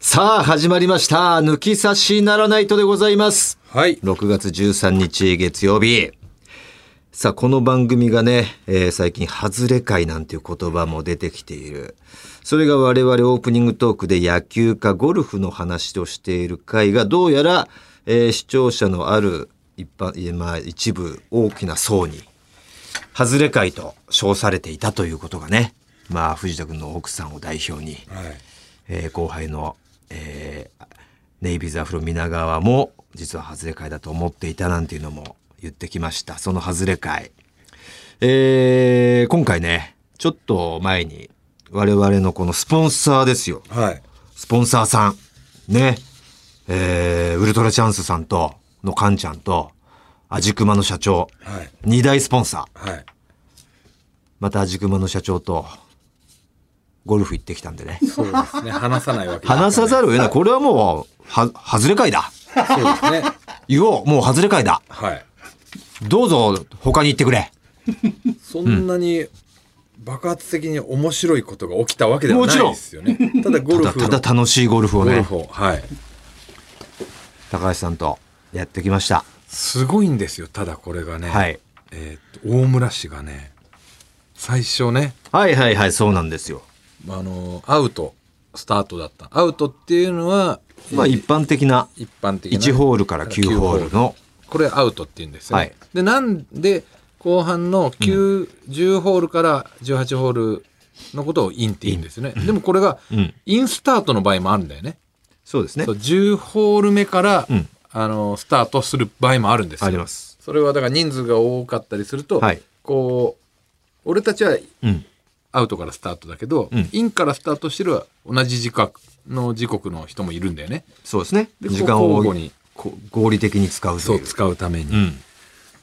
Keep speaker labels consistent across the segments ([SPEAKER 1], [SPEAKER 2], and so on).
[SPEAKER 1] さあ、始まりました。抜き差しならないとでございます。
[SPEAKER 2] はい。
[SPEAKER 1] 6月13日月曜日。さあ、この番組がね、えー最近、外れ会なんていう言葉も出てきている。それが我々オープニングトークで野球かゴルフの話をしている会が、どうやら、えー視聴者のある一般、いやまあ、一部大きな層に、外れ会と称されていたということがね、まあ、藤田君の奥さんを代表に、
[SPEAKER 2] はい。
[SPEAKER 1] えー後輩の、えーネイビーズアフロ皆川も実は外れ会だと思っていたなんていうのも言ってきましたその外れ会、えー今回ねちょっと前に我々のこのスポンサーですよ
[SPEAKER 2] はい。
[SPEAKER 1] スポンサーさんねえーウルトラチャンスさんとのカンちゃんとアジクマの社長
[SPEAKER 2] はい。
[SPEAKER 1] 2大スポンサー
[SPEAKER 2] はい。
[SPEAKER 1] またアジクマの社長とゴルフ行ってきたんでね
[SPEAKER 2] そうですね。話さないわけにはいかない
[SPEAKER 1] 話さざるを得ない。これはもう、は、外れ会だ。
[SPEAKER 2] そうですね。
[SPEAKER 1] 言おう。もう外れ会だ。
[SPEAKER 2] はい。
[SPEAKER 1] どうぞ、他に行ってくれ。
[SPEAKER 2] そんなに爆発的に面白いことが起きたわけでは
[SPEAKER 1] も
[SPEAKER 2] な
[SPEAKER 1] ちろん
[SPEAKER 2] いですよね。ただゴ
[SPEAKER 1] た
[SPEAKER 2] ル
[SPEAKER 1] だ、
[SPEAKER 2] フの。
[SPEAKER 1] ただ楽しいゴルフを
[SPEAKER 2] ゴル
[SPEAKER 1] ね、
[SPEAKER 2] フを。はい。
[SPEAKER 1] 高橋さんとやってきました。
[SPEAKER 2] すごいんですよ。ただこれがね。
[SPEAKER 1] はい。
[SPEAKER 2] えーっと、大村氏がね、最初ね、
[SPEAKER 1] はいはいはい、そうなんですよ。
[SPEAKER 2] あの、アウト、スタートだった。アウトっていうのは、
[SPEAKER 1] まあ一般的な
[SPEAKER 2] 一般的な。
[SPEAKER 1] 1ホールから9ホールの、
[SPEAKER 2] これアウトって言うんですよ、ね
[SPEAKER 1] はい
[SPEAKER 2] でなんで後半の9、10ホールから18ホールのことをインって言うんですよね、でもこれが
[SPEAKER 1] うん
[SPEAKER 2] インスタートの場合もあるんだよね、
[SPEAKER 1] そうですね
[SPEAKER 2] そう。10ホール目から、
[SPEAKER 1] うん
[SPEAKER 2] あのスタートする場合もあるんですよ
[SPEAKER 1] あります。
[SPEAKER 2] それはだから人数が多かったりすると、
[SPEAKER 1] はい
[SPEAKER 2] こう俺たちは
[SPEAKER 1] うん。
[SPEAKER 2] アウトからスタートだけど、
[SPEAKER 1] うん
[SPEAKER 2] インからスタートしてるは同じ時刻の時刻の人もいるんだよね
[SPEAKER 1] そうですね。
[SPEAKER 2] で
[SPEAKER 1] 時間
[SPEAKER 2] こう
[SPEAKER 1] を
[SPEAKER 2] 交互に
[SPEAKER 1] こう合理的に使うと
[SPEAKER 2] そ
[SPEAKER 1] いうう。
[SPEAKER 2] 使うために、
[SPEAKER 1] うん。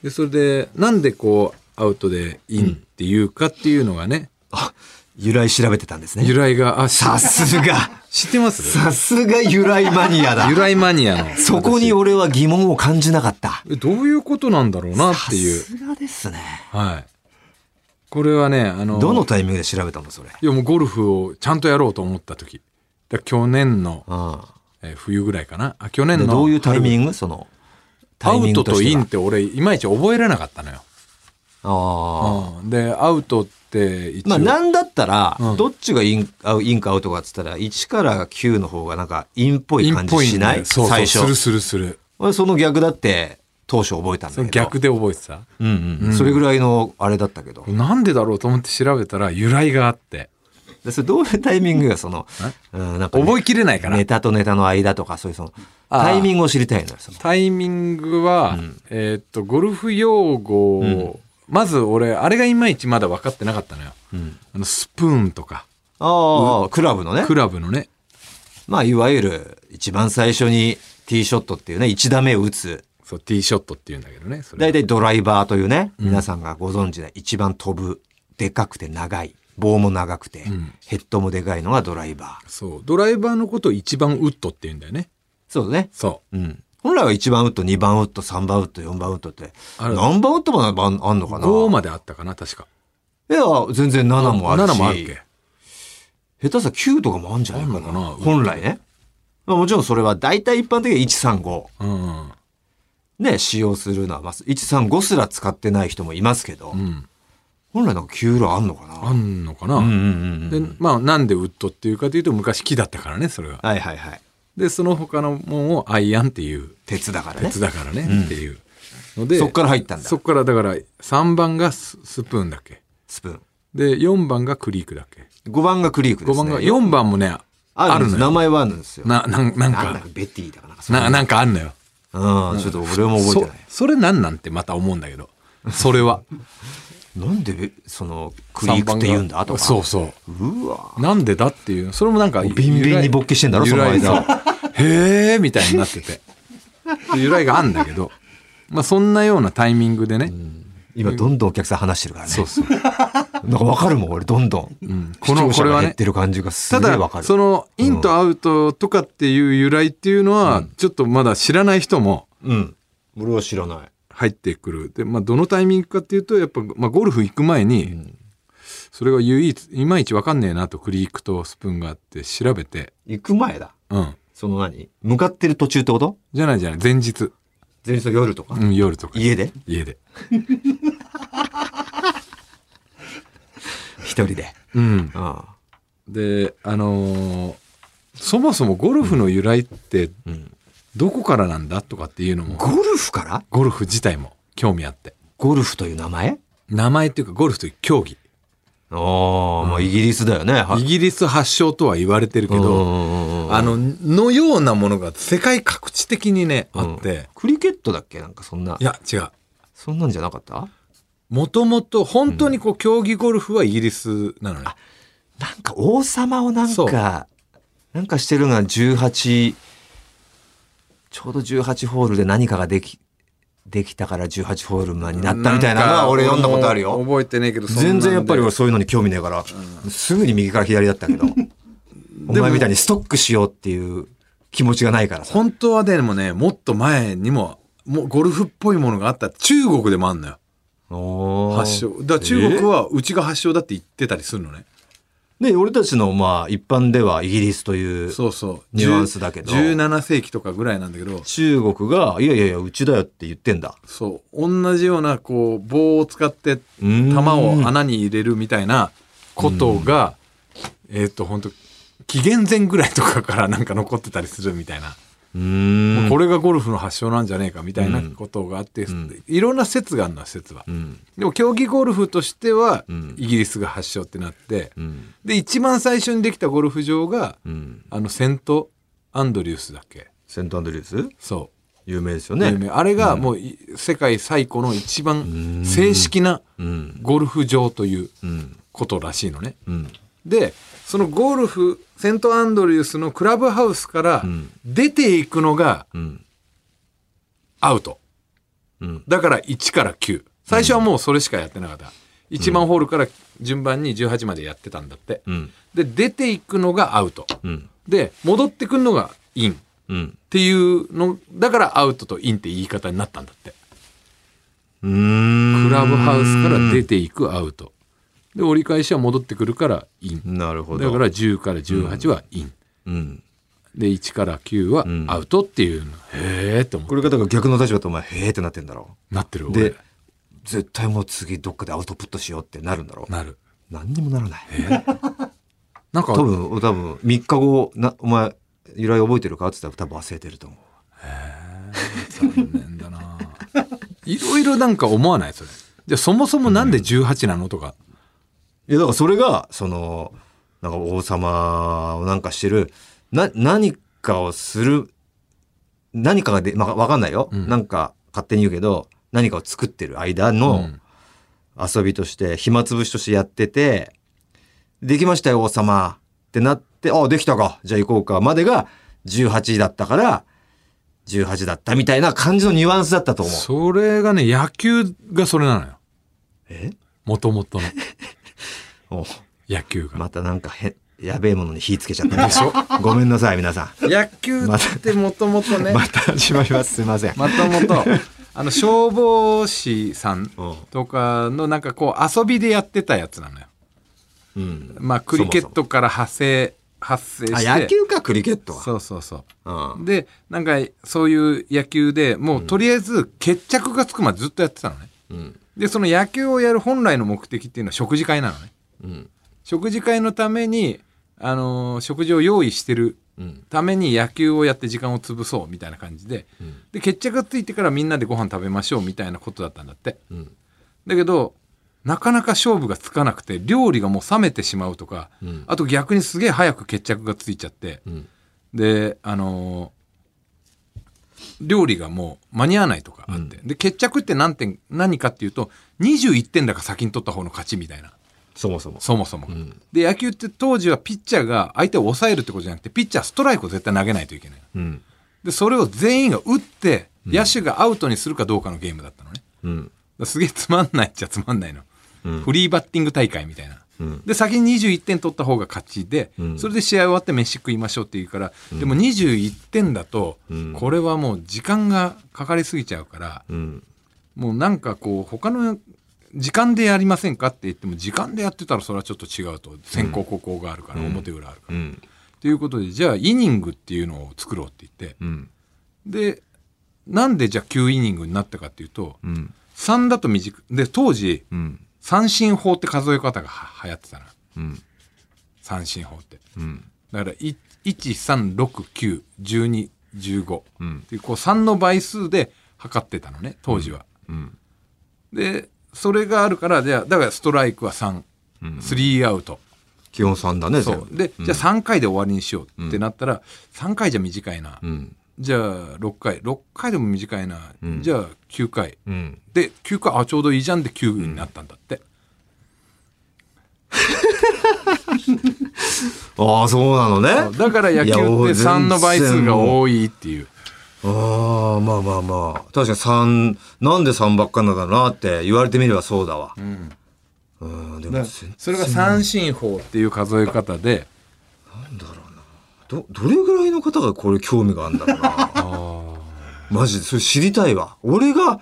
[SPEAKER 2] でそれでなんでこうアウトでインっていうかっていうのがね、
[SPEAKER 1] あ、由来調べてたんですね
[SPEAKER 2] 由。来があし
[SPEAKER 1] さすが。
[SPEAKER 2] 知ってます
[SPEAKER 1] さすが由来マニアだ
[SPEAKER 2] 由。来マニアの
[SPEAKER 1] そこに
[SPEAKER 2] 私
[SPEAKER 1] 俺は疑問を感じなかった。
[SPEAKER 2] えどういうことなんだろうなっていう
[SPEAKER 1] さすがですね。
[SPEAKER 2] はいこれはねあの
[SPEAKER 1] どのタイミングで調べたのそれ。
[SPEAKER 2] いやもうゴルフをちゃんとやろうと思った時だから去年の、
[SPEAKER 1] あ
[SPEAKER 2] えー冬ぐらいかなあ去
[SPEAKER 1] あ
[SPEAKER 2] 年
[SPEAKER 1] で
[SPEAKER 2] の
[SPEAKER 1] どういうタイミ
[SPEAKER 2] ング
[SPEAKER 1] ングその、
[SPEAKER 2] ア
[SPEAKER 1] タイミ
[SPEAKER 2] ウ
[SPEAKER 1] ン
[SPEAKER 2] ト
[SPEAKER 1] グ
[SPEAKER 2] と
[SPEAKER 1] して
[SPEAKER 2] イ
[SPEAKER 1] は
[SPEAKER 2] ンって俺いまいち覚えれなかったのよ、
[SPEAKER 1] ああ。
[SPEAKER 2] うんでアウトって一応、
[SPEAKER 1] まあなんだったら、
[SPEAKER 2] うん
[SPEAKER 1] どっちがインアウインかアウトかっつったら、1から9の方がなんかインっぽい感じしな
[SPEAKER 2] インっぽんだよ
[SPEAKER 1] い
[SPEAKER 2] そうそう
[SPEAKER 1] 最初
[SPEAKER 2] するするする
[SPEAKER 1] 俺その逆だって、当初覚えたんだけ
[SPEAKER 2] そ
[SPEAKER 1] ど。
[SPEAKER 2] の逆。で覚えてた
[SPEAKER 1] うんうん。
[SPEAKER 2] うん
[SPEAKER 1] それぐらいのあれだったけど。
[SPEAKER 2] なんでだろうと思って調べたら由来があって
[SPEAKER 1] でそれどういうタイミングがその、うん、なんかね、
[SPEAKER 2] 覚えきれないから
[SPEAKER 1] ネタとネタの間とか、そういうその、
[SPEAKER 2] ああ
[SPEAKER 1] タイミングを知りたいのよ。その
[SPEAKER 2] タイミングは、
[SPEAKER 1] うん
[SPEAKER 2] えーっとゴルフ用語を、
[SPEAKER 1] うん
[SPEAKER 2] まず俺あれがいまいちまだ分かってなかったのよ
[SPEAKER 1] うん
[SPEAKER 2] あのスプーンとか
[SPEAKER 1] ああ、クラブのね
[SPEAKER 2] ク。ラブのね
[SPEAKER 1] まあ、いわゆる一番最初にティーショットっていうね、1打目を打つ。
[SPEAKER 2] そうティーショットっていうんだけどねそれ
[SPEAKER 1] 大体ドライバーというね、
[SPEAKER 2] うん
[SPEAKER 1] 皆さんがご存知な一番飛ぶ、でかくて長い、棒も長くて、
[SPEAKER 2] うん
[SPEAKER 1] ヘッドもでかいのがドライバー。
[SPEAKER 2] そうドライバーのことを一番ウッドっていうんだよね
[SPEAKER 1] そうだね。
[SPEAKER 2] そ
[SPEAKER 1] うん。本来は1番ウッド、2番ウッド、3番ウッド、4番ウッドって、
[SPEAKER 2] ある
[SPEAKER 1] 何番ウッドもあんあんの
[SPEAKER 2] う
[SPEAKER 1] かな
[SPEAKER 2] 5まであったかな確か
[SPEAKER 1] いや、全然7もあるし。
[SPEAKER 2] 7もあるっけ
[SPEAKER 1] 下手さ9とかもあるんじゃないかな。
[SPEAKER 2] あんのかな
[SPEAKER 1] 本来ね。まあ、もちろんそれは大体一般的に1、3、5。
[SPEAKER 2] うん
[SPEAKER 1] ね、使用するのは、まあ、135すら使ってない人もいますけど、
[SPEAKER 2] うん
[SPEAKER 1] 本来なんか給料あんのか
[SPEAKER 2] あ
[SPEAKER 1] なん
[SPEAKER 2] のかな、
[SPEAKER 1] うんうんうんう
[SPEAKER 2] で
[SPEAKER 1] ん。
[SPEAKER 2] まあなんでウッドっていうかというと昔木だったからねそれが
[SPEAKER 1] はいはいはい。
[SPEAKER 2] でその他のもんをアイアンっていう
[SPEAKER 1] 鉄だからね
[SPEAKER 2] 鉄。だからね
[SPEAKER 1] うん
[SPEAKER 2] っていうので
[SPEAKER 1] そっから入ったんだ。
[SPEAKER 2] そっからだから3番がススプーンだっけ
[SPEAKER 1] スプーン。
[SPEAKER 2] で4番がクリークだっけ
[SPEAKER 1] 5番がクリークで
[SPEAKER 2] 5
[SPEAKER 1] す
[SPEAKER 2] 番
[SPEAKER 1] ね。
[SPEAKER 2] が4番もね
[SPEAKER 1] あ
[SPEAKER 2] あ
[SPEAKER 1] るん
[SPEAKER 2] る
[SPEAKER 1] です
[SPEAKER 2] の
[SPEAKER 1] 名前
[SPEAKER 2] よ
[SPEAKER 1] はあるんですよ。
[SPEAKER 2] ななんなん
[SPEAKER 1] なんだ
[SPEAKER 2] か
[SPEAKER 1] かベティだかなんか
[SPEAKER 2] ななんんかあんのよ
[SPEAKER 1] か。うん、ちょっと俺も覚えてない。
[SPEAKER 2] そそれなんなんてまた思うんだけどそれは
[SPEAKER 1] なんでべ、その、クリークって言うんだ
[SPEAKER 2] 三番
[SPEAKER 1] と
[SPEAKER 2] が
[SPEAKER 1] か。。
[SPEAKER 2] そうそう
[SPEAKER 1] うわ
[SPEAKER 2] うなんでだっていうそれもなんか
[SPEAKER 1] ビンビンに勃起してんだろ
[SPEAKER 2] 由来
[SPEAKER 1] その間
[SPEAKER 2] そうへえみたいになっててで由来があんだけどまあそんなようなタイミングでね、
[SPEAKER 1] 今どんどんお客さん話してるからね。
[SPEAKER 2] そうそう
[SPEAKER 1] なんかわかるもん、俺どんどん。
[SPEAKER 2] ん
[SPEAKER 1] こ
[SPEAKER 2] こ
[SPEAKER 1] の、
[SPEAKER 2] の
[SPEAKER 1] こ
[SPEAKER 2] こ
[SPEAKER 1] れ
[SPEAKER 2] れ
[SPEAKER 1] は
[SPEAKER 2] はね
[SPEAKER 1] 減ってる感じがす
[SPEAKER 2] た
[SPEAKER 1] げえわ
[SPEAKER 2] だ
[SPEAKER 1] かる。
[SPEAKER 2] そのインとアウトとかっていう由来っていうのは、ちょっとまだ知らない人も
[SPEAKER 1] うん。俺は知らない。
[SPEAKER 2] 入ってくるで、まあ、どのタイミングかっていうとやっぱ、まあ、ゴルフ行く前に、それが唯一いまいち分かんねえなとクリークとスプーンがあって調べて
[SPEAKER 1] 行く前だ。
[SPEAKER 2] うん。
[SPEAKER 1] その何向かってる途中ってこと
[SPEAKER 2] じゃないじゃない。前日。
[SPEAKER 1] 前日の夜とか、
[SPEAKER 2] うん、夜とか。
[SPEAKER 1] 家で
[SPEAKER 2] 家で。
[SPEAKER 1] 一人で。
[SPEAKER 2] うん。
[SPEAKER 1] あ
[SPEAKER 2] で、あのーそもそもゴルフの由来って
[SPEAKER 1] あうん、
[SPEAKER 2] どこからなんだとかっていうのも、
[SPEAKER 1] ゴルフから
[SPEAKER 2] ゴルフ自体も興味あって。
[SPEAKER 1] ゴルフという名前
[SPEAKER 2] 名前っていうかゴルフという競技。
[SPEAKER 1] ああ、まあイギリスだよね。は
[SPEAKER 2] イギリス発祥とは言われてる
[SPEAKER 1] う
[SPEAKER 2] けど、
[SPEAKER 1] んうんうんうん
[SPEAKER 2] あの、のようなものが世界各地的にね、あっ
[SPEAKER 1] うん
[SPEAKER 2] て、
[SPEAKER 1] クリケットだっけなんかそんな。
[SPEAKER 2] いや、違う。
[SPEAKER 1] そんなんじゃなかった
[SPEAKER 2] もともと本当にこう競技ゴルフはイギリスなのね。
[SPEAKER 1] なんか王様をなん
[SPEAKER 2] そう
[SPEAKER 1] か、なんかしてるのが18、ちょうど18ホールで何かができ、できたから18ホールマンになったみたいなの
[SPEAKER 2] ん
[SPEAKER 1] は
[SPEAKER 2] か
[SPEAKER 1] 俺読んだことある
[SPEAKER 2] 俺
[SPEAKER 1] よ。
[SPEAKER 2] も覚えてねえけど、そんなんで
[SPEAKER 1] 全然やっぱり俺そういうのに興味ねえから、すぐに右から左だったけ ど、お前みたいにストックしようっていう気持ちがないからさ。
[SPEAKER 2] 本当はでもね、もっと前にも、もうゴルフっぽいものがあった。中国でもあんのよ。発
[SPEAKER 1] 発
[SPEAKER 2] 祥。だから中国はうちが発祥だって言ってたりするのね。
[SPEAKER 1] ね、俺たちのまあ一般ではイギリスという
[SPEAKER 2] そうそう。
[SPEAKER 1] ニュアンスだけど
[SPEAKER 2] 10 17世紀とかぐらいなんだけど、
[SPEAKER 1] 中国が、いやいやいや、うちだよって言ってんだ。
[SPEAKER 2] そう。同じような、こう、棒を使って
[SPEAKER 1] 玉
[SPEAKER 2] 玉を穴に入れるみたいなことが、えっ、と、本当紀元前ぐらいとかからなんか残ってたりするみたいな。
[SPEAKER 1] うーん。
[SPEAKER 2] これがゴルフの発祥なんじゃねえかみたいなことがあって、
[SPEAKER 1] ん
[SPEAKER 2] いろんな説があるの説は、
[SPEAKER 1] うん。
[SPEAKER 2] でも競技ゴルフとしては、
[SPEAKER 1] うん
[SPEAKER 2] イギリスが発祥ってなって、
[SPEAKER 1] うん。
[SPEAKER 2] で一番最初にできたゴルフ場が
[SPEAKER 1] うん。
[SPEAKER 2] あのセント・アンドリュースだっけ
[SPEAKER 1] セントアンドリュース
[SPEAKER 2] そ
[SPEAKER 1] 有名ですよ
[SPEAKER 2] う、有名
[SPEAKER 1] ね。
[SPEAKER 2] あれがもうい、世界最古の一
[SPEAKER 1] う
[SPEAKER 2] 番
[SPEAKER 1] ん
[SPEAKER 2] 正式な
[SPEAKER 1] うん。
[SPEAKER 2] ゴルフ場という
[SPEAKER 1] うん。
[SPEAKER 2] ことらしいのね
[SPEAKER 1] うん。
[SPEAKER 2] でそのゴルフセント・アンドリュースのクラブハウスから
[SPEAKER 1] うん
[SPEAKER 2] 出ていくのが
[SPEAKER 1] うん。
[SPEAKER 2] アウト、
[SPEAKER 1] うん。
[SPEAKER 2] だから1から9。最初はもうそれしかやってなかった。1番ホールから順番に18までやってたんだって。
[SPEAKER 1] うん。
[SPEAKER 2] で、出ていくのがアウト。
[SPEAKER 1] うん。
[SPEAKER 2] で、戻ってくるのがインっ
[SPEAKER 1] うん。
[SPEAKER 2] ていうの、だからアウトとインって言い方になったんだって。
[SPEAKER 1] うーん
[SPEAKER 2] クラブハウスから出ていくアウト。で、折り返しは戻ってくるからイン。
[SPEAKER 1] なるほど。
[SPEAKER 2] だから、10から18はイン。
[SPEAKER 1] うん。
[SPEAKER 2] で、1から9はアウトっていうの。へーって思
[SPEAKER 1] こ
[SPEAKER 2] う。
[SPEAKER 1] れがだから逆の立場とお前、へーってなってんだろ
[SPEAKER 2] なってる
[SPEAKER 1] う。
[SPEAKER 2] 俺
[SPEAKER 1] で。、絶対もう次どっかでアウトプットしようってなるんだろう。
[SPEAKER 2] なる。
[SPEAKER 1] 何にもならない。
[SPEAKER 2] なんか、
[SPEAKER 1] 多分、多分、3日後、な、お前、由来覚えてるかって言ったら多分忘れてると思う。
[SPEAKER 2] 残念だな いろいろなんか思わないそれじゃあそもそもなんで18なのとか、
[SPEAKER 1] いやだからそれがそのなんか王様をなんかしてるな何かをする何かがで、まあ、わかんないよ、
[SPEAKER 2] うん
[SPEAKER 1] なんか勝手に言うけど何かを作ってる間
[SPEAKER 2] う
[SPEAKER 1] の
[SPEAKER 2] ん
[SPEAKER 1] 遊びとして暇つぶしとしてやってて「できましたよ王様」ってなって「あできたかじゃあ行こうか」までが18だったから18だったみたいな感じのニュアンスだったと思う。
[SPEAKER 2] それがね野球がそれなのよ
[SPEAKER 1] え
[SPEAKER 2] もともとの
[SPEAKER 1] お
[SPEAKER 2] 野球 が、
[SPEAKER 1] またなんかへやべえものに火つけちゃった
[SPEAKER 2] でしょ
[SPEAKER 1] ごめんなさい皆さん。
[SPEAKER 2] 野球ってもともとね
[SPEAKER 1] また始まります。すいません。
[SPEAKER 2] もともとあの消防士さんとかのなんかこう遊びでやってたやつなのよ
[SPEAKER 1] うん。
[SPEAKER 2] まあクリケットから派生発生して
[SPEAKER 1] あ、野球かクリケットは。
[SPEAKER 2] そうそうそう
[SPEAKER 1] うん。
[SPEAKER 2] でなんかそういう野球でもうとりあえず決着がつくまでずっとやってたのね、
[SPEAKER 1] うん。
[SPEAKER 2] でその野球をやる本来の目的っていうのは食事会なのね
[SPEAKER 1] うん。
[SPEAKER 2] 食事会のために、あのー食事を用意してる
[SPEAKER 1] うん。
[SPEAKER 2] ために野球をやって時間を潰そうみたいな感じでで決着がついてからみんなでご飯食べましょうみたいなことだったんだって
[SPEAKER 1] うん。
[SPEAKER 2] だけどなかなか勝負がつかなくて料理がもう冷めてしまうとか、
[SPEAKER 1] うん
[SPEAKER 2] あと逆にすげえ早く決着がついちゃって
[SPEAKER 1] うん。
[SPEAKER 2] であのー料理がもう間に合わないとかあって、で決着って何点何かっていうと21点だから先に取った方の勝ちみたいな
[SPEAKER 1] そもそも。
[SPEAKER 2] そもそも、
[SPEAKER 1] ん
[SPEAKER 2] で野球って当時はピッチャーが相手を抑えるってことじゃなくてピッチャーはストライクを絶対投げないといけない
[SPEAKER 1] うん。
[SPEAKER 2] でそれを全員が打って野手がアウトにするかどうかのゲームだったのねだか
[SPEAKER 1] うん。
[SPEAKER 2] らすげえつまんないっちゃつまんないの、
[SPEAKER 1] うん
[SPEAKER 2] フリーバッティング大会みたいな
[SPEAKER 1] うん。
[SPEAKER 2] で先に21点取った方が勝ちで、
[SPEAKER 1] うん
[SPEAKER 2] それで試合終わって飯食いましょうって言うから、でも21点だと、
[SPEAKER 1] うん
[SPEAKER 2] これはもう時間がかかりすぎちゃうから、
[SPEAKER 1] うん。
[SPEAKER 2] もうなんかこう他の時間でやりませんかって言っても時間でやってたらそれはちょっと違うと先行後攻があるから表裏あるから、
[SPEAKER 1] うん。
[SPEAKER 2] ということでじゃあイニングっていうのを作ろうって言って
[SPEAKER 1] うん。
[SPEAKER 2] でなんでじゃあ9イニングになったかっていうと
[SPEAKER 1] うん。
[SPEAKER 2] 3だと短くで当時
[SPEAKER 1] うん。
[SPEAKER 2] 三振法って数え方がは流行ってたな
[SPEAKER 1] うん。
[SPEAKER 2] 三振法って
[SPEAKER 1] うん。
[SPEAKER 2] だから136912121
[SPEAKER 1] う
[SPEAKER 2] っ
[SPEAKER 1] ん。
[SPEAKER 2] ていうこう3の倍数で測ってたのね当時は、
[SPEAKER 1] うん。
[SPEAKER 2] でそれがあるからじゃあだからストライクは3
[SPEAKER 1] うん
[SPEAKER 2] スリーアウト、
[SPEAKER 1] 基本3だね、
[SPEAKER 2] そ
[SPEAKER 1] 全
[SPEAKER 2] う
[SPEAKER 1] 部
[SPEAKER 2] で、じゃあ3回で終わりにしようってなったら、3回じゃ短いな、
[SPEAKER 1] うん。
[SPEAKER 2] じゃあ6回6回でも短いな、
[SPEAKER 1] うん
[SPEAKER 2] じゃあ9回
[SPEAKER 1] うん。
[SPEAKER 2] で9回あちょうどいいじゃんで9になったんだって、
[SPEAKER 1] ああ、そうなのね。
[SPEAKER 2] だから野
[SPEAKER 1] い
[SPEAKER 2] 球って
[SPEAKER 1] やお
[SPEAKER 2] 3の倍数が多いっていう
[SPEAKER 1] ああ、まあまあまあ。確かに3、なんで3ばっかなんだろうなって言われてみればそうだわ。うん。でも、全
[SPEAKER 2] それが三進法っていう数え方で
[SPEAKER 1] ど、どれぐらいの方がこれ興味があるんだろうな。マジで、それ知りたいわ。俺が、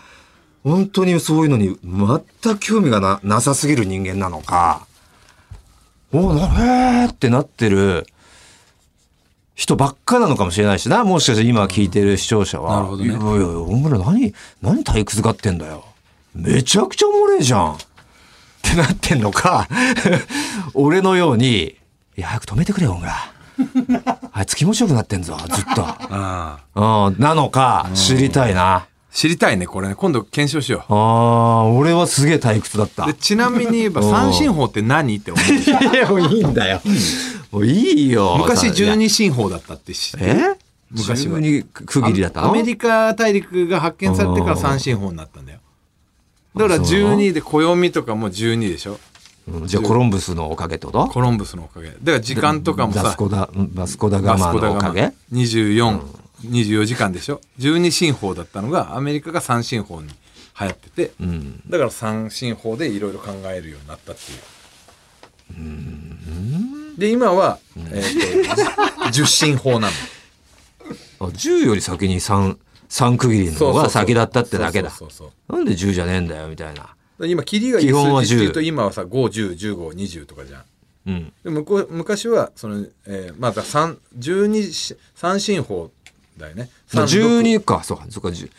[SPEAKER 1] 本当にそういうのに全く興味がな、なさすぎる人間なのか、おな、へーってなってる人ばっかなのかもしれないしな。もしかして今聞いてる視聴者は。
[SPEAKER 2] なるほどね
[SPEAKER 1] いやいやいや、お前ら何、何退屈がってんだよ。めちゃくちゃおもれえじゃん。ってなってんのか、 俺のように、いや、早く止めてくれよ、お前ら。あいつ気持ちよくなってんぞ、ずっと。
[SPEAKER 2] ああ
[SPEAKER 1] うん、なのか、知りたいな。
[SPEAKER 2] 知りたいねこれね今度検証しよ
[SPEAKER 1] ああ、俺はすげえ退屈だった
[SPEAKER 2] うで。ちなみに言えば
[SPEAKER 1] うん
[SPEAKER 2] 三進法って 何って思う
[SPEAKER 1] いや、もういいんだよ。もういいよ。
[SPEAKER 2] 昔
[SPEAKER 1] さいや
[SPEAKER 2] 12進法だったって知ってる
[SPEAKER 1] え
[SPEAKER 2] 昔
[SPEAKER 1] 昔
[SPEAKER 2] は
[SPEAKER 1] 12区切りだったの
[SPEAKER 2] アメリカ大陸が発見されてから三進法になったんだよだから
[SPEAKER 1] あそう
[SPEAKER 2] 12で暦とかも12でしょ
[SPEAKER 1] うんじゃあコロンブスのおかげってこと
[SPEAKER 2] コロンブスのおかげだから時間とかも
[SPEAKER 1] バ
[SPEAKER 2] さ
[SPEAKER 1] スコダ、バスコダガマのおかげ
[SPEAKER 2] 2424、24時間でしょ12進法だったのがアメリカが三進法に流行ってて、
[SPEAKER 1] ん
[SPEAKER 2] だから三進法でいろいろ考えるようになったっていう。で今は、えーと十進法なの。
[SPEAKER 1] あ10より先に3、三区切りの方が先だったってだけだ。
[SPEAKER 2] そうそうそう
[SPEAKER 1] なんで10じゃねえんだよ、みたいな。
[SPEAKER 2] そうで今切りがいい
[SPEAKER 1] 基本は
[SPEAKER 2] 数字っていうと
[SPEAKER 1] 10
[SPEAKER 2] 今はさ5101520とかじゃん。
[SPEAKER 1] うん。
[SPEAKER 2] で向こう昔はその、えーまあだ三12し三進法だよね。
[SPEAKER 1] まあ12か、そうか、そうか、10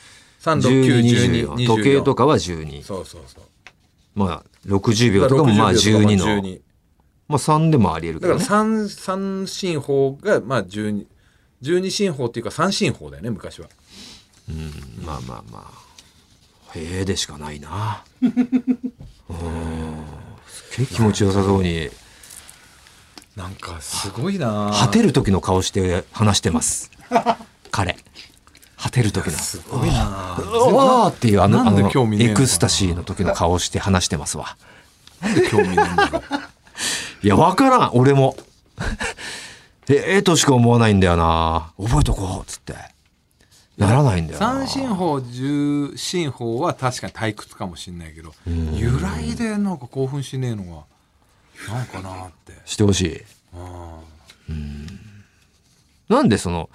[SPEAKER 1] 12
[SPEAKER 2] 369122
[SPEAKER 1] 24時計とかは12。
[SPEAKER 2] そうそうそう。
[SPEAKER 1] まあ、60秒とかもまあ12の。まあ3でもあり得るけ
[SPEAKER 2] だか
[SPEAKER 1] ど
[SPEAKER 2] ら
[SPEAKER 1] ね。
[SPEAKER 2] 三三進法がまあ12十二進法っていうか三進法だよね昔は
[SPEAKER 1] まあまあまあ。へえでしかないな。 うん。すっげえ気持ちよさそうに、
[SPEAKER 2] なんかすごいな
[SPEAKER 1] 果てる時の顔して話して ます。彼。果てる時の。
[SPEAKER 2] すごいな
[SPEAKER 1] うわーっていうあの、
[SPEAKER 2] な
[SPEAKER 1] あ
[SPEAKER 2] んで
[SPEAKER 1] の
[SPEAKER 2] 興味ねえ
[SPEAKER 1] エ
[SPEAKER 2] のかな
[SPEAKER 1] クスタシーの時の顔して話してますわ。
[SPEAKER 2] なんで興味ないんだろう
[SPEAKER 1] いや、わからん、俺も。 え、ええとしか思わないんだよな。覚えとこう、つって。ならないんだよな。
[SPEAKER 2] 三進法十進法は確かに退屈かもしれないけど由来でなんか興奮しねえのがなんかなーって
[SPEAKER 1] してほしい。
[SPEAKER 2] あ
[SPEAKER 1] なんでその、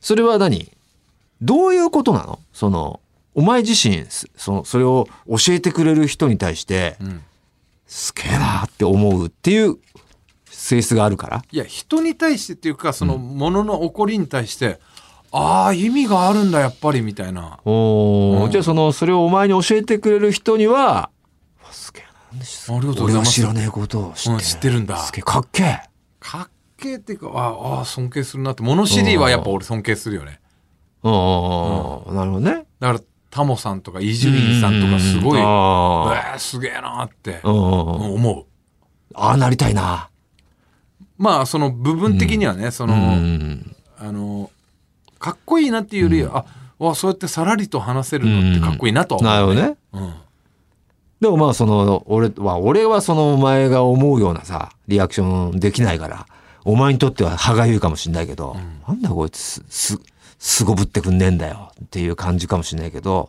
[SPEAKER 1] それは何どういうことなのその、お前自身、すその、それを教えてくれる人に対して
[SPEAKER 2] ー、うん
[SPEAKER 1] すげえなって思うっていう性質があるから。
[SPEAKER 2] いや人に対してっていうかそのものの起こりに対して、ああ意味があるんだやっぱりみたいな
[SPEAKER 1] おー
[SPEAKER 2] うん
[SPEAKER 1] じゃあその、それをお前に教えてくれる人には、わすげえななんで知
[SPEAKER 2] ありがとうご
[SPEAKER 1] 俺
[SPEAKER 2] ざ
[SPEAKER 1] は
[SPEAKER 2] います
[SPEAKER 1] 知らねえことを知ってる。
[SPEAKER 2] うん知ってるんだ
[SPEAKER 1] すげえ、かっけえ。
[SPEAKER 2] かっけえっていうかああ尊敬するなって物知りはやっぱ俺尊敬するよね
[SPEAKER 1] うんうんうん、なるほどね。
[SPEAKER 2] だからタモさんとか伊集院さんとかすご
[SPEAKER 1] うん
[SPEAKER 2] い、え
[SPEAKER 1] あ
[SPEAKER 2] ー、すげえなって
[SPEAKER 1] ーうんうんうん
[SPEAKER 2] 思う
[SPEAKER 1] あー、なりたいな。
[SPEAKER 2] まあその部分的にはね、その、
[SPEAKER 1] うん
[SPEAKER 2] あのかっこいいなっていうより、あわそうやってさらりと話せるのってかっこいいなとは
[SPEAKER 1] なるほ
[SPEAKER 2] 思う、
[SPEAKER 1] どね。
[SPEAKER 2] うん
[SPEAKER 1] でもまあその俺は俺はそのお前が思うようなさリアクションできないからお前にとっては歯がゆいかもしんないけど、なんだこいつすすすごぶってくんねえんだよっていう感じかもしんないけど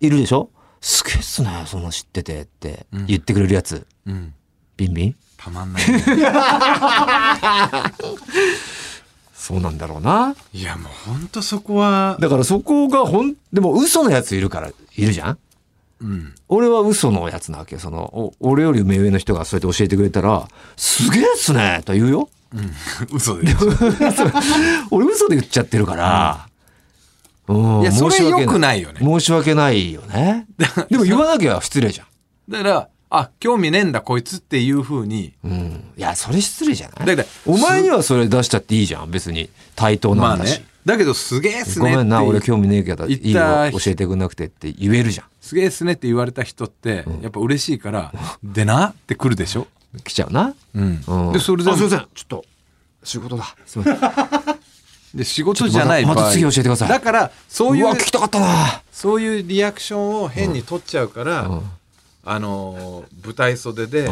[SPEAKER 1] いるでしょすげえっすねそんな知っててって言ってくれるやつ、
[SPEAKER 2] うん
[SPEAKER 1] ビンビン
[SPEAKER 2] たまんな い、ね、
[SPEAKER 1] そうなんだろうない
[SPEAKER 2] やもうほんとそこは
[SPEAKER 1] だからそこがほんでも嘘のやついるからいるじゃん
[SPEAKER 2] うん
[SPEAKER 1] 俺は嘘のやつなわけよそのお俺より目上の人がそうやって教えてくれたら「すげえっすね」と言うよ
[SPEAKER 2] うん、 嘘でしょ
[SPEAKER 1] 俺嘘で言っちゃってるから。うん
[SPEAKER 2] いやそれ
[SPEAKER 1] 申し訳
[SPEAKER 2] 良くないよね
[SPEAKER 1] 申し訳ないよ ね。でも言わなきゃ失礼じゃん。
[SPEAKER 2] だからあ興味ねえんだこいつっていうふうに
[SPEAKER 1] うん。いや、それ失礼じゃない
[SPEAKER 2] だから
[SPEAKER 1] お前にはそれ出したっていいじゃん。別に対等
[SPEAKER 2] ま
[SPEAKER 1] な
[SPEAKER 2] あ
[SPEAKER 1] んだし
[SPEAKER 2] ね。だけどすげえっす
[SPEAKER 1] ご
[SPEAKER 2] ね
[SPEAKER 1] め
[SPEAKER 2] って
[SPEAKER 1] んな、俺興味ねえけど、い
[SPEAKER 2] 言った
[SPEAKER 1] いよ。教えてくんなくてって言えるじゃ
[SPEAKER 2] すげえっすねって言われた人ってやっぱ嬉しいから「でな」って来るでしょ、
[SPEAKER 1] ん。来ちゃうな。
[SPEAKER 2] うん
[SPEAKER 1] うん
[SPEAKER 2] でそれで
[SPEAKER 1] あすいません。ちょっと、仕事だ。すいません。
[SPEAKER 2] で仕事じゃない
[SPEAKER 1] ちょっとまたま
[SPEAKER 2] 場合
[SPEAKER 1] た次教えてください
[SPEAKER 2] だからそういう
[SPEAKER 1] うわ、聞きたかったな。
[SPEAKER 2] そういうリアクションを変に取っちゃうから、あのー舞台袖で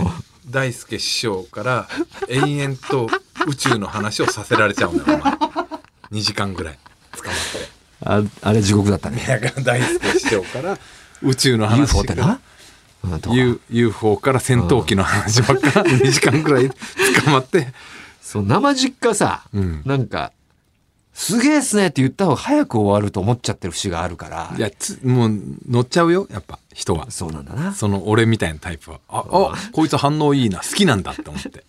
[SPEAKER 2] 大輔師匠から延々と宇宙の話をさせられちゃうんだよお前2時間ぐらい捕まっ
[SPEAKER 1] ああれ地獄だったね。
[SPEAKER 2] てだから大輔師匠から宇宙の話
[SPEAKER 1] UFO ってな。うん、とか
[SPEAKER 2] U- UFO から戦闘機の話ばっかり2時間ぐらい捕まって
[SPEAKER 1] そう、生実家さ、
[SPEAKER 2] うん
[SPEAKER 1] なんか、すげえっすねって言った方が早く終わると思っちゃってる節があるから。
[SPEAKER 2] いやつもう乗っちゃうよやっぱ人は
[SPEAKER 1] そうなんだな。
[SPEAKER 2] その俺みたいなタイプはああこいつ反応いいな好きなんだって思って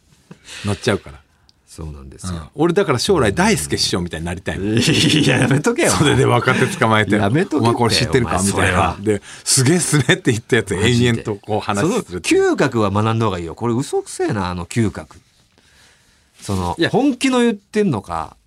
[SPEAKER 2] 乗っちゃうから。
[SPEAKER 1] そうなんです
[SPEAKER 2] うん
[SPEAKER 1] よ。
[SPEAKER 2] 俺だから将来大輔師匠みたいになりたいもん、
[SPEAKER 1] いや、やめとけよ。
[SPEAKER 2] それで若手捕まえて「
[SPEAKER 1] やめとけって
[SPEAKER 2] お前これ知ってる
[SPEAKER 1] お
[SPEAKER 2] か?」
[SPEAKER 1] 前
[SPEAKER 2] み
[SPEAKER 1] そ
[SPEAKER 2] た
[SPEAKER 1] れ
[SPEAKER 2] い
[SPEAKER 1] は
[SPEAKER 2] なですげえっすねって言ったやつ
[SPEAKER 1] マジで
[SPEAKER 2] 延々とこう話す
[SPEAKER 1] その
[SPEAKER 2] るっていう
[SPEAKER 1] 嗅覚は学んだ方がいいよ。これ嘘くせえな、あの嗅覚。その
[SPEAKER 2] いや、
[SPEAKER 1] 本気の言ってんのか、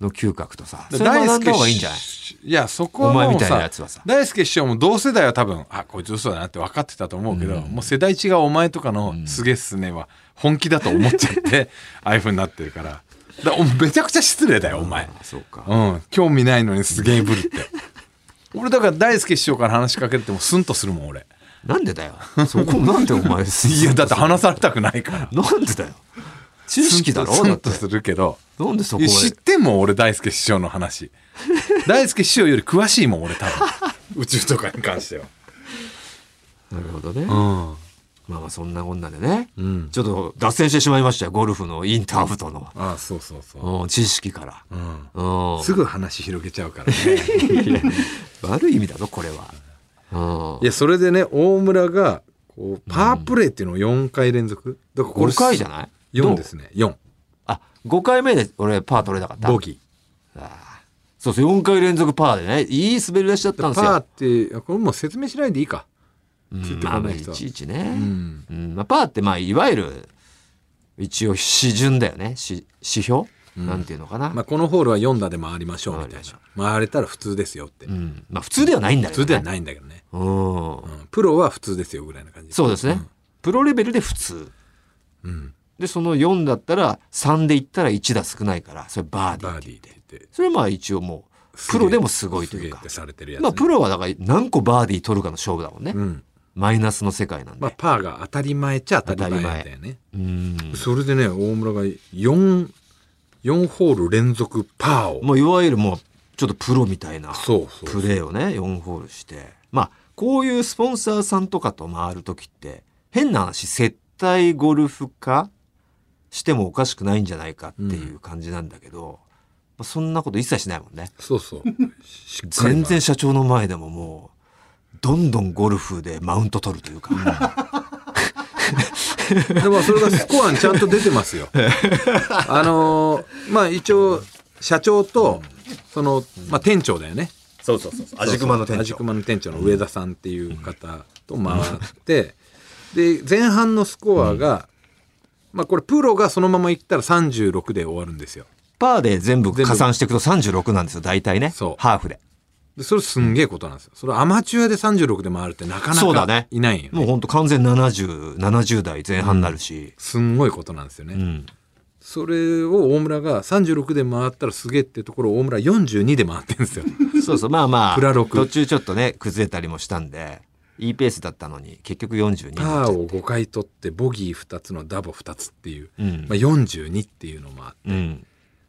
[SPEAKER 1] の嗅覚とさ。それ学んだ方がいいんじゃない
[SPEAKER 2] 師いやそこはもう
[SPEAKER 1] お前みたいなやつはさ
[SPEAKER 2] 大輔師匠も同世代は多分あこいつ嘘だなって分かってたと思うけど、もう世代違うお前とかの「すげえっすね」は本気だと思っちゃって ああいうふうになってるからだおめちゃくちゃ失礼だよお前
[SPEAKER 1] そうか。
[SPEAKER 2] うん興味ないのにすげえ ぶるって俺だから大輔師匠から話しかけてもスンとするもん俺。
[SPEAKER 1] なんでだよ。そこ、なんでお前、
[SPEAKER 2] いや、だってて話されたくないから。
[SPEAKER 1] なんでだよ。知識だろ
[SPEAKER 2] ス
[SPEAKER 1] だ
[SPEAKER 2] ン
[SPEAKER 1] って
[SPEAKER 2] と。するけど。
[SPEAKER 1] なんでそ
[SPEAKER 2] い
[SPEAKER 1] こ
[SPEAKER 2] や知っ
[SPEAKER 1] へ。
[SPEAKER 2] てんもん、俺、大輔師匠の 話。大輔師匠より詳しいもん、俺、多分。宇宙とかに関しては。
[SPEAKER 1] なるほどね。
[SPEAKER 2] うん。
[SPEAKER 1] まあまあそんなこんなでね、
[SPEAKER 2] うん
[SPEAKER 1] ちょっと脱線してしまいましたよゴルフのインターフトの、
[SPEAKER 2] ああ、そうそうそう。
[SPEAKER 1] うん、知識から、
[SPEAKER 2] うん。
[SPEAKER 1] うん、
[SPEAKER 2] すぐ話広げちゃうからね。
[SPEAKER 1] 悪い意味だぞこれは、うん、
[SPEAKER 2] いや、それでね、大村が、こう、パープレイっていうのを4回連続。だから
[SPEAKER 1] 5回じゃ
[SPEAKER 2] ない
[SPEAKER 1] ない
[SPEAKER 2] ?4 ですね。4。
[SPEAKER 1] あ5回目で俺パー取れなかった
[SPEAKER 2] ボギー。
[SPEAKER 1] あーそうそう4回連続パーでねいい滑り出しだった
[SPEAKER 2] パ
[SPEAKER 1] んですよ
[SPEAKER 2] ーって、これもう説明しないでいいか。
[SPEAKER 1] う
[SPEAKER 2] つい
[SPEAKER 1] ん
[SPEAKER 2] て
[SPEAKER 1] まあま
[SPEAKER 2] こな
[SPEAKER 1] あ
[SPEAKER 2] い
[SPEAKER 1] い
[SPEAKER 2] 人は。
[SPEAKER 1] ちいちね、
[SPEAKER 2] うん。
[SPEAKER 1] うんまあ、パーってまあいわゆる一応指準だよね指指標、なんていうのかな、
[SPEAKER 2] まあ、このホールは4打で回りましょうみたいな回れたら普通ですよって、
[SPEAKER 1] うんまあ普通ではないんだ
[SPEAKER 2] 普
[SPEAKER 1] けど、ね、、
[SPEAKER 2] 通ではいないんだけどね、
[SPEAKER 1] うん
[SPEAKER 2] う、んプロは普通ですよぐらいな感じ
[SPEAKER 1] そうですね、プロレベルで普通
[SPEAKER 2] うん、
[SPEAKER 1] でその4だったら3でいったら1だ少ないからそれバーディー
[SPEAKER 2] バーディーって言って
[SPEAKER 1] それはまあ一応もうプロでもすごいという
[SPEAKER 2] すげえっ
[SPEAKER 1] か
[SPEAKER 2] て、されてるやつ、ね
[SPEAKER 1] まあ、プロはだから何個バーディー取るかの勝負だもんね、
[SPEAKER 2] うん
[SPEAKER 1] マイナスの世界なんで、
[SPEAKER 2] まあ、パーが当たり前っちゃ当たり前だよね
[SPEAKER 1] うん
[SPEAKER 2] それでね大村が44ホール連続パーを、
[SPEAKER 1] もういわゆるもうちょっとプロみたいな
[SPEAKER 2] そうそう
[SPEAKER 1] プレーをね4ホールしてまあこういうスポンサーさんとかと回る時って変な話接待ゴルフ化してもおかしくないんじゃないかっていう感じなんだけど、まあ、そんなこと一切しないもんね。
[SPEAKER 2] そうそうしっかり
[SPEAKER 1] 全然社長の前でももうどんどんゴルフでマウント取るというか、
[SPEAKER 2] でもそれがスコアにちゃんと出てます よ。あのーまあ一応社長とその、まあ、店長だよね。
[SPEAKER 1] そうそう そう
[SPEAKER 2] アジクマアジクマの店長の上田さんっていう方と回って、で前半のスコアが、まあこれプロがそのままいったら36で終わるんですよ。
[SPEAKER 1] パーで全部
[SPEAKER 2] 全部
[SPEAKER 1] 加算していくと36なんですよ大体ね
[SPEAKER 2] そう
[SPEAKER 1] ハーフで
[SPEAKER 2] でそれすんげえことなんですよ。それアマチュアで36で回るってなかな
[SPEAKER 1] そうだ
[SPEAKER 2] か
[SPEAKER 1] ね
[SPEAKER 2] いないよね。
[SPEAKER 1] もうほんと完全7070代前半になるし、
[SPEAKER 2] すんごいことなんですよね。
[SPEAKER 1] うん
[SPEAKER 2] それを大村が36で回ったらすげえってところを大村42で回ってるんですよ。
[SPEAKER 1] そうそうまあまあ
[SPEAKER 2] プラ六
[SPEAKER 1] 途中ちょっとね崩れたりもしたんでいいペースだったのに結局42になっ
[SPEAKER 2] パ
[SPEAKER 1] ち
[SPEAKER 2] ー
[SPEAKER 1] ゃう
[SPEAKER 2] を5回取ってボギー2つのダボ2つっていう、
[SPEAKER 1] うん
[SPEAKER 2] まあ、42っていうのもあって
[SPEAKER 1] うん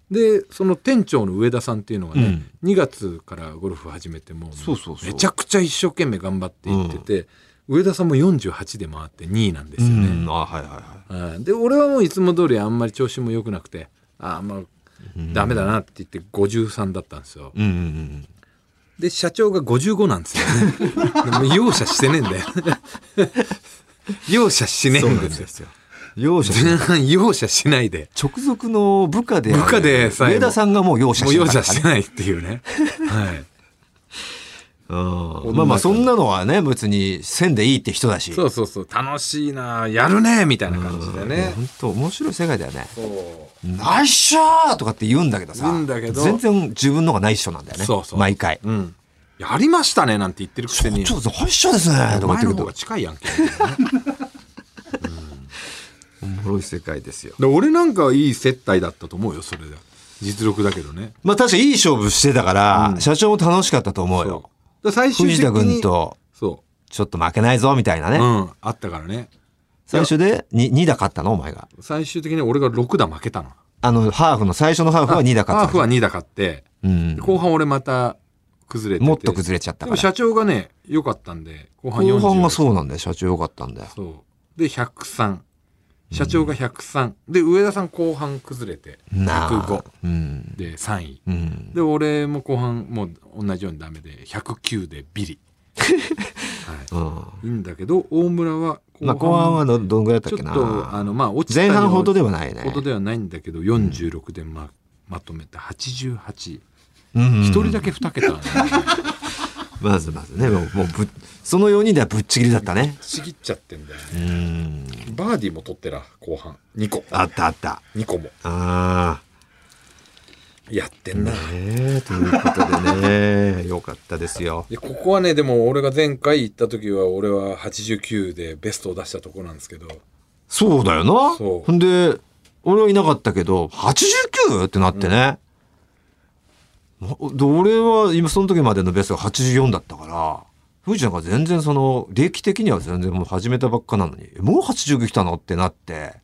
[SPEAKER 2] でその店長の上田さんっていうのがね、
[SPEAKER 1] うん
[SPEAKER 2] 2月からゴルフ始めても
[SPEAKER 1] そうそうそう
[SPEAKER 2] めちゃくちゃ一生懸命頑張っていってて、上田さんも48で回って2位なんですよ
[SPEAKER 1] う
[SPEAKER 2] ね、
[SPEAKER 1] んあはいはいは
[SPEAKER 2] うんで俺はもういつも通りあんまり調子も良くなくてああまあダメだなって言って53だったんですよ、
[SPEAKER 1] いうんうんうん
[SPEAKER 2] で社長が55なんですよね でも容赦してねえんだよ容赦しねえんですよ
[SPEAKER 1] よ 容赦しない
[SPEAKER 2] 前半容赦しないで
[SPEAKER 1] 直属の部下である
[SPEAKER 2] 部下でさえも
[SPEAKER 1] 上田さんがもう容赦
[SPEAKER 2] もう
[SPEAKER 1] しな
[SPEAKER 2] 容
[SPEAKER 1] い
[SPEAKER 2] 赦してないっていうねはい
[SPEAKER 1] うんまあまあそんなのはね別に線でいいって人だし
[SPEAKER 2] そうそうそう楽しいなやるねみたいな感じでね
[SPEAKER 1] 本当面白い世界だよね
[SPEAKER 2] そ
[SPEAKER 1] ナイスショーとかって言うんだけどさ
[SPEAKER 2] 言うんだけど
[SPEAKER 1] 全然自分のがナイスショーなんだよね
[SPEAKER 2] そうそう
[SPEAKER 1] 毎回
[SPEAKER 2] ううんやりましたねなんて言ってるく
[SPEAKER 1] ち
[SPEAKER 2] せ
[SPEAKER 1] ょ
[SPEAKER 2] に
[SPEAKER 1] ちょっとナイスショーですねとか言っ
[SPEAKER 2] お前
[SPEAKER 1] て
[SPEAKER 2] の
[SPEAKER 1] る
[SPEAKER 2] 方
[SPEAKER 1] と
[SPEAKER 2] が近いやんけ
[SPEAKER 1] お もろい世界ですよ
[SPEAKER 2] で俺なんかはいい接待だったと思うよそれで実力だけどね
[SPEAKER 1] まあ確かにいい勝負してたから、社長も楽しかったと思うよ
[SPEAKER 2] そうで最終
[SPEAKER 1] 藤
[SPEAKER 2] 的
[SPEAKER 1] 田君
[SPEAKER 2] に
[SPEAKER 1] と
[SPEAKER 2] そ
[SPEAKER 1] ちょっと負けないぞみたいなね、
[SPEAKER 2] ううんあったからね
[SPEAKER 1] 最初で 2, 2打勝ったのお前が
[SPEAKER 2] 最終的に俺が6打負けたの
[SPEAKER 1] あのハーフの最初のハーフは2打勝ったの
[SPEAKER 2] ハーフは2打勝って
[SPEAKER 1] うん、
[SPEAKER 2] 後半俺また崩れてて
[SPEAKER 1] もっと崩れちゃった
[SPEAKER 2] で
[SPEAKER 1] か
[SPEAKER 2] も
[SPEAKER 1] ら
[SPEAKER 2] 社長がね良かったんで後半
[SPEAKER 1] 後
[SPEAKER 2] 40
[SPEAKER 1] 半がそうなんだよ社長良かったんだよ
[SPEAKER 2] そうで103社長が103、で上田さん後半崩れて
[SPEAKER 1] な
[SPEAKER 2] 105
[SPEAKER 1] あうん
[SPEAKER 2] で3位
[SPEAKER 1] うん
[SPEAKER 2] で俺も後半もう同じようにダメで109でビリ、は
[SPEAKER 1] うん
[SPEAKER 2] い、いいんだけど大村は
[SPEAKER 1] まあ後半はどどんぐらいだ
[SPEAKER 2] ち
[SPEAKER 1] っ
[SPEAKER 2] ょ
[SPEAKER 1] たっ
[SPEAKER 2] っ
[SPEAKER 1] け
[SPEAKER 2] とあ
[SPEAKER 1] な
[SPEAKER 2] のまあ落ちた
[SPEAKER 1] 前半ほどで
[SPEAKER 2] は
[SPEAKER 1] はないね
[SPEAKER 2] ほどではないんだけど46でま,、まとめて88
[SPEAKER 1] うん
[SPEAKER 2] 一人だけ2桁、
[SPEAKER 1] まずまずねもうもうぶその4人ではぶっちぎりだったね
[SPEAKER 2] ちぎっちゃってんだよね
[SPEAKER 1] うん
[SPEAKER 2] バーディーも取ってら後半2個
[SPEAKER 1] あったあった
[SPEAKER 2] 2個も
[SPEAKER 1] ああ
[SPEAKER 2] やってんな、
[SPEAKER 1] ねえということで ねよかったですよ
[SPEAKER 2] でここはねでも俺が前回行った時は俺は89でベストを出したところなんですけど
[SPEAKER 1] そうだよな
[SPEAKER 2] そう
[SPEAKER 1] ほんで俺はいなかったけど 89! ってなってね、おで俺は今その時までのベストが84だったから藤ちゃんが全然その歴的には全然もう始めたばっかなのにえもう89来たのってなって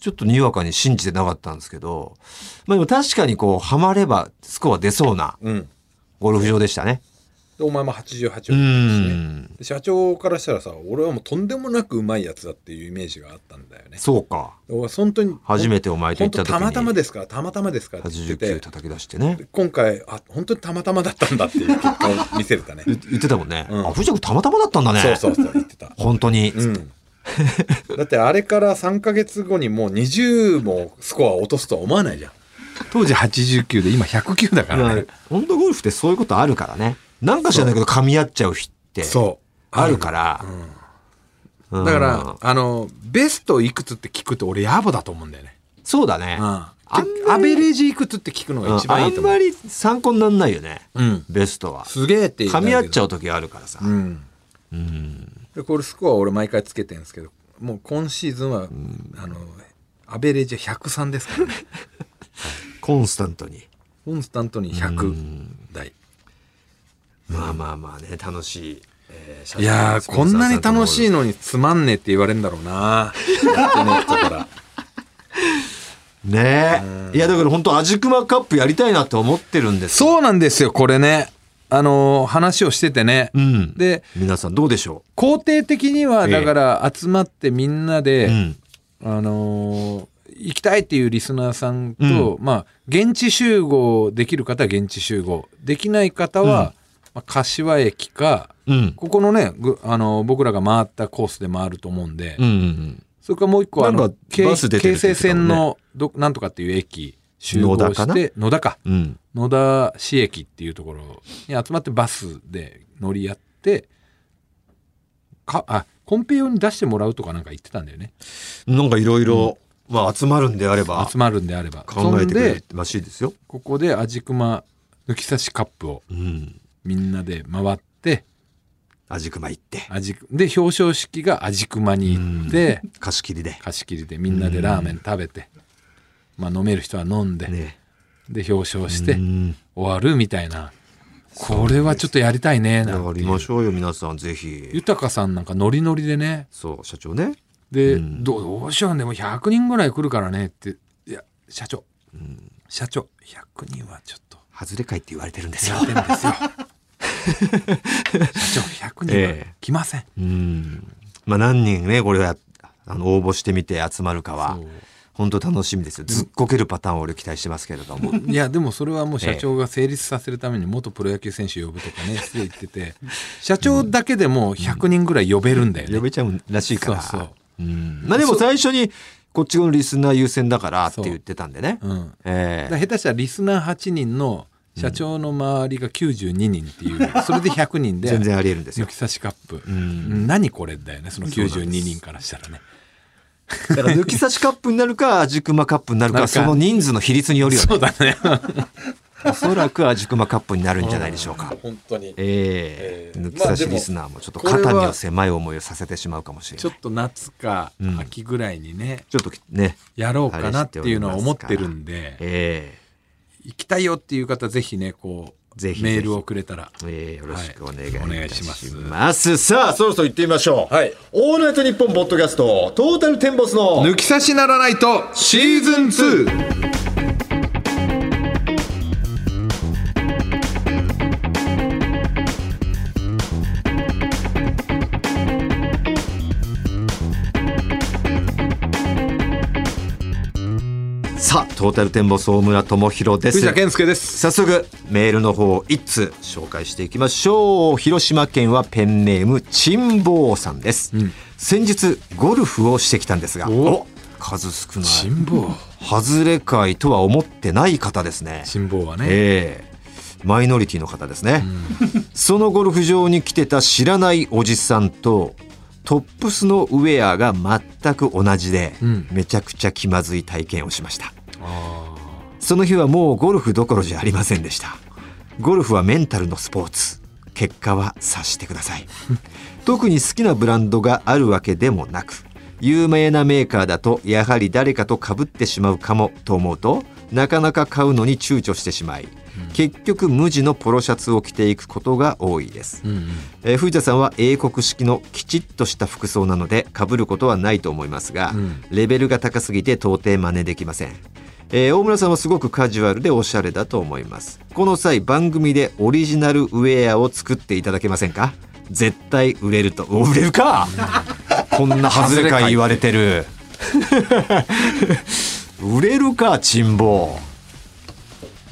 [SPEAKER 1] ちょっとにわかに信じてなかったんですけどまあでも確かにこうハマればスコア出そうな
[SPEAKER 2] うん
[SPEAKER 1] ゴルフ場でしたね。
[SPEAKER 2] でお前も88を取ったし
[SPEAKER 1] う
[SPEAKER 2] ね
[SPEAKER 1] ん
[SPEAKER 2] で社長からしたらさ俺はもうとんでもなくうまいやつだっていうイメージがあったんだよね
[SPEAKER 1] そうか
[SPEAKER 2] 俺は本当に
[SPEAKER 1] 初めてお前と行
[SPEAKER 2] 本
[SPEAKER 1] った
[SPEAKER 2] 当
[SPEAKER 1] 時
[SPEAKER 2] たまたま
[SPEAKER 1] に
[SPEAKER 2] ですからたまたまですからって言って
[SPEAKER 1] 89
[SPEAKER 2] て
[SPEAKER 1] 叩き出してね
[SPEAKER 2] で今回あ本当にたまたまだったんだっていう結果を見せ れたね
[SPEAKER 1] 言言ってたもんね。
[SPEAKER 2] うん
[SPEAKER 1] あ、藤田君たまたまだったんだね。
[SPEAKER 2] そうそうそう言ってた
[SPEAKER 1] 本当に。
[SPEAKER 2] うん、だってあれから3か月後にもう20もスコア落とすとは思わないじゃん当時89で今109だか
[SPEAKER 1] いや本当ゴルフってそういうことあるからね。なんか知らないけど噛み合っちゃう日って
[SPEAKER 2] そう
[SPEAKER 1] あるから。うん
[SPEAKER 2] だからあのベストいくつって聞くと俺野暮だと思うんだよね、
[SPEAKER 1] そうだね
[SPEAKER 2] うん、。ア
[SPEAKER 1] あんまり
[SPEAKER 2] ベレージいくつって聞くの
[SPEAKER 1] うん
[SPEAKER 2] が一番いいと思う
[SPEAKER 1] あんまり参考になんないよね。
[SPEAKER 2] うん、
[SPEAKER 1] ベストは。
[SPEAKER 2] すげえって
[SPEAKER 1] 噛み合っちゃ
[SPEAKER 2] う
[SPEAKER 1] う時あるからさ。
[SPEAKER 2] うん
[SPEAKER 1] うん。
[SPEAKER 2] でこれスコア俺毎回つけてるんですけどもう今シーズンは、あのアベレージは103で すからね
[SPEAKER 1] コンスタントに。
[SPEAKER 2] コンスタントに100台
[SPEAKER 1] まあまあまあね、楽しい。えー
[SPEAKER 2] いやー、こんなに楽しい
[SPEAKER 1] い。
[SPEAKER 2] のにつまんねえって言われるんだろう な。やってねえ人から。
[SPEAKER 1] ねえ。いや、だから本当味熊カップやりたいなって思ってるんですよ。
[SPEAKER 2] そうなんですよ、これね。あのー話をしててね。
[SPEAKER 1] うん。
[SPEAKER 2] で、
[SPEAKER 1] 皆さんどうでしょ
[SPEAKER 2] 肯定的には、だから集まってみんな
[SPEAKER 1] う。う
[SPEAKER 2] で、
[SPEAKER 1] ん。
[SPEAKER 2] あのー行きたいっていうリスナーさんと、まあ、現地集合できる方は現地集合。できない方は、まあ柏駅か、
[SPEAKER 1] うん。
[SPEAKER 2] ここのね、ぐあのー僕らが回ったコースで回ると思うんで、
[SPEAKER 1] うんうん
[SPEAKER 2] それからもう一個あ
[SPEAKER 1] な
[SPEAKER 2] の
[SPEAKER 1] んかバス出てる
[SPEAKER 2] 京
[SPEAKER 1] って言
[SPEAKER 2] 成
[SPEAKER 1] ってたもんね
[SPEAKER 2] 線のどなんとかっていう駅集合
[SPEAKER 1] 野田か
[SPEAKER 2] し
[SPEAKER 1] な
[SPEAKER 2] て野田か
[SPEAKER 1] うん。うん。
[SPEAKER 2] 野田市駅っていうところに集まってバスで乗り合ってかあコンペ用に出してもらうとかなんか言ってたんだよね
[SPEAKER 1] なんかいろいろ、まあ集まるんであれば
[SPEAKER 2] 集まるんであれば
[SPEAKER 1] 考えてくれ
[SPEAKER 2] そん
[SPEAKER 1] る
[SPEAKER 2] で
[SPEAKER 1] らしいですよ。
[SPEAKER 2] ここで味熊抜き差しカップを
[SPEAKER 1] うん。
[SPEAKER 2] みんなで回って
[SPEAKER 1] 味熊行って、
[SPEAKER 2] 味で表彰式が味熊に行って
[SPEAKER 1] 貸し切りで。
[SPEAKER 2] 貸し切りでみんなでラーメン食べて、まあ、飲める人は飲んで、
[SPEAKER 1] ね。
[SPEAKER 2] で表彰して、
[SPEAKER 1] うん。
[SPEAKER 2] 終わるみたいなこれはちょっとやりたいねな
[SPEAKER 1] や
[SPEAKER 2] ん
[SPEAKER 1] り
[SPEAKER 2] ていう
[SPEAKER 1] ましょうよ、皆さん、ぜひ。
[SPEAKER 2] 豊さんなんかノリノリでね
[SPEAKER 1] そう、社長ね。
[SPEAKER 2] で、
[SPEAKER 1] うん
[SPEAKER 2] どうどうしようねもう100人ぐらい来るからねっていや社長
[SPEAKER 1] うん。
[SPEAKER 2] 社長100人はちょっと
[SPEAKER 1] 外れ会って言われてるんですよ
[SPEAKER 2] や。ってんです よ社長100人は来ません、
[SPEAKER 1] うん。まあ何人ね、これは、あの、応募してみて集まるかは
[SPEAKER 2] そ、
[SPEAKER 1] 本当楽しみですよ。ずっこけるパターンを俺期待してますけれども。
[SPEAKER 2] いやでもそれはもう社長が成立させるために元プロ野球選手呼ぶとかねすげえ言ってて社長だけでも100人ぐらい呼べるんだよね、
[SPEAKER 1] 呼べちゃうらしいから。
[SPEAKER 2] そうそう
[SPEAKER 1] うんまあでも最初にこっちのリスナー優先だからって言ってたんでね。
[SPEAKER 2] うん、
[SPEAKER 1] え
[SPEAKER 2] だから下手したらリスナー8人の社長の周りが92人っていう、 それで100人
[SPEAKER 1] え
[SPEAKER 2] で
[SPEAKER 1] 全然ありえるんですよ
[SPEAKER 2] 抜。き差しカップ、
[SPEAKER 1] ん
[SPEAKER 2] うん何これだよねその92人からしたらね
[SPEAKER 1] だから抜き差しカップになるか、味熊カップになる
[SPEAKER 2] な
[SPEAKER 1] か、
[SPEAKER 2] るか
[SPEAKER 1] その人数の比率によるよ
[SPEAKER 2] そ
[SPEAKER 1] ね
[SPEAKER 2] う。だね
[SPEAKER 1] おそらく味熊カップになるんじゃないでしょうか。
[SPEAKER 2] 本当に
[SPEAKER 1] ええ
[SPEAKER 2] ええ
[SPEAKER 1] 抜き差
[SPEAKER 2] まあで
[SPEAKER 1] し
[SPEAKER 2] も
[SPEAKER 1] リスナーもちょっと
[SPEAKER 2] これは
[SPEAKER 1] 肩には狭い思いをさせてしまうかもしれない。
[SPEAKER 2] ち
[SPEAKER 1] ち
[SPEAKER 2] ょ
[SPEAKER 1] ょ
[SPEAKER 2] っと夏か
[SPEAKER 1] うん
[SPEAKER 2] 秋ぐらいにね、
[SPEAKER 1] っとね、
[SPEAKER 2] やろうかなっていうのは思ってるんで
[SPEAKER 1] え
[SPEAKER 2] 行きたいよっていう方ぜひねこう
[SPEAKER 1] ぜひぜひ
[SPEAKER 2] メールをくれたら
[SPEAKER 1] えええよろしくお願いいた
[SPEAKER 2] はいお願い
[SPEAKER 1] し
[SPEAKER 2] し
[SPEAKER 1] ま。
[SPEAKER 2] ますす
[SPEAKER 1] さあ、そろそろ行ってみましょう。
[SPEAKER 2] はい
[SPEAKER 1] オールナイトニッポンポッドキャスト、トータルテンボスの
[SPEAKER 2] 抜き差しならないとシーズン 2!
[SPEAKER 1] さあ、トータルテンボス大村智弘です。
[SPEAKER 2] 藤田健介です
[SPEAKER 1] 早速メールの方を一通紹介していきましょう広島県はペンネームちんぼうさんです、先日ゴルフをしてきたんですが
[SPEAKER 2] お
[SPEAKER 1] 数少ない
[SPEAKER 2] 辛抱
[SPEAKER 1] 外れ会とは思ってない方ですね
[SPEAKER 2] 辛抱はね、
[SPEAKER 1] ええマイノリティの方ですね、そのゴルフ場に来てた知らないおじさんとトップスのウェアが全く同じで、
[SPEAKER 2] うん
[SPEAKER 1] めちゃくちゃ気まずい体験をしました
[SPEAKER 2] あ
[SPEAKER 1] その日はもうゴルフどころじゃありませんでした。ゴルフはメンタルのスポーツ。結果は察してください。特に好きなブランドがあるわけでもなく、有名なメーカーだとやはり誰かと被ってしまうかもと思うと、なかなか買うのに躊躇してしまい、結局無地のポロシャツを着ていくことが多いです
[SPEAKER 2] ー。うんうん
[SPEAKER 1] えー藤田さんは英国式のきちっとした服装なので被ることはないと思いますが、
[SPEAKER 2] うん
[SPEAKER 1] レベルが高すぎて到底真似できません、えー大村さんはすごくカジュアルでおしゃれだと思いますこの際番組でオリジナルウェアを作っていただけませんか絶対売れるとお売れる かこんな外れか言われてる売れるか珍望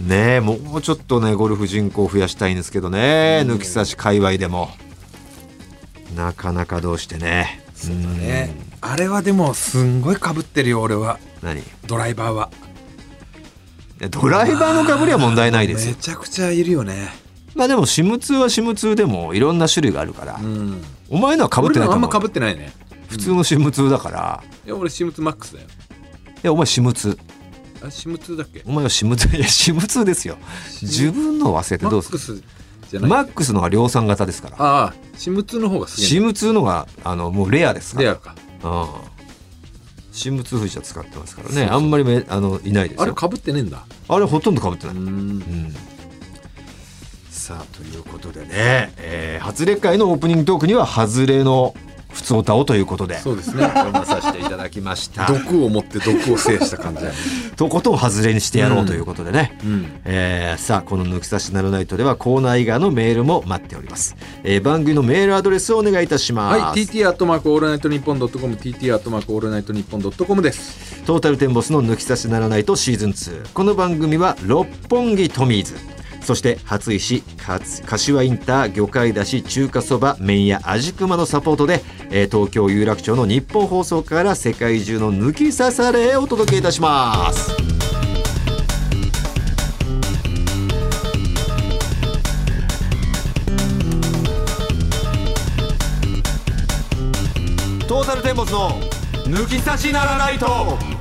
[SPEAKER 1] ねえもうちょっとねゴルフ人口を増やしたいんですけどね、抜き差し界隈でもなかなかどうしてねそうだ
[SPEAKER 2] ね、あれはでもすんごいかぶってるよ俺は
[SPEAKER 1] 何
[SPEAKER 2] ドライバーは
[SPEAKER 1] ドライバーのかぶりは問題ないです
[SPEAKER 2] め
[SPEAKER 1] よ
[SPEAKER 2] ちゃくちゃいるよね
[SPEAKER 1] まあでも私無痛は私無痛でもいろんな種類があるから、
[SPEAKER 2] うん
[SPEAKER 1] お前のはかぶっ
[SPEAKER 2] 俺
[SPEAKER 1] てないと
[SPEAKER 2] のあん
[SPEAKER 1] 思
[SPEAKER 2] ま
[SPEAKER 1] う
[SPEAKER 2] かぶってないね
[SPEAKER 1] 普通の私無痛だから
[SPEAKER 2] いや俺シムツマックスだよ
[SPEAKER 1] いやお前私無痛
[SPEAKER 2] あシムツだっけ
[SPEAKER 1] お前は私無痛 いや私無痛ですよ自分の忘れて
[SPEAKER 2] マ
[SPEAKER 1] どう
[SPEAKER 2] ッ
[SPEAKER 1] す
[SPEAKER 2] ク
[SPEAKER 1] る
[SPEAKER 2] スじゃない
[SPEAKER 1] マックスのは量産型ですから
[SPEAKER 2] ああシムツの方がすげ
[SPEAKER 1] 私
[SPEAKER 2] え
[SPEAKER 1] 無痛のがあのもうレアですから
[SPEAKER 2] レアか
[SPEAKER 1] うん新物風車使ってますからね
[SPEAKER 2] そうそう
[SPEAKER 1] あんまりめあのいないですよ
[SPEAKER 2] あれかぶってねえんだ
[SPEAKER 1] あれほとんどかぶってない、
[SPEAKER 2] ん
[SPEAKER 1] うんさあということでね、えー、ハズレ会のオープニングトークにはハズレの普通歌をということで
[SPEAKER 2] そうですね
[SPEAKER 1] 読まさせていただきました
[SPEAKER 2] 毒を持って毒を制した感じだよ ね
[SPEAKER 1] とことんハズレにしてやろうということでね、
[SPEAKER 2] うん
[SPEAKER 1] えーさあこの「抜き差しならないと」ではコーナー以外のメールも待っております、えー番組のメールアドレスをお願いいたします、
[SPEAKER 2] はい TT アットマークオールナイトニッポンドットコム TT アットマークオールナイトニッポンドットコムです
[SPEAKER 1] トータルテンボスの抜き差しならないとシーズン2この番組は六本木トミーズそして初石かつ柏インター魚介だし中華そば麺屋味熊のサポートで、えー東京有楽町の日本放送から世界中の抜き差されをお届けいたしますトータルテンボスの抜き差しならないと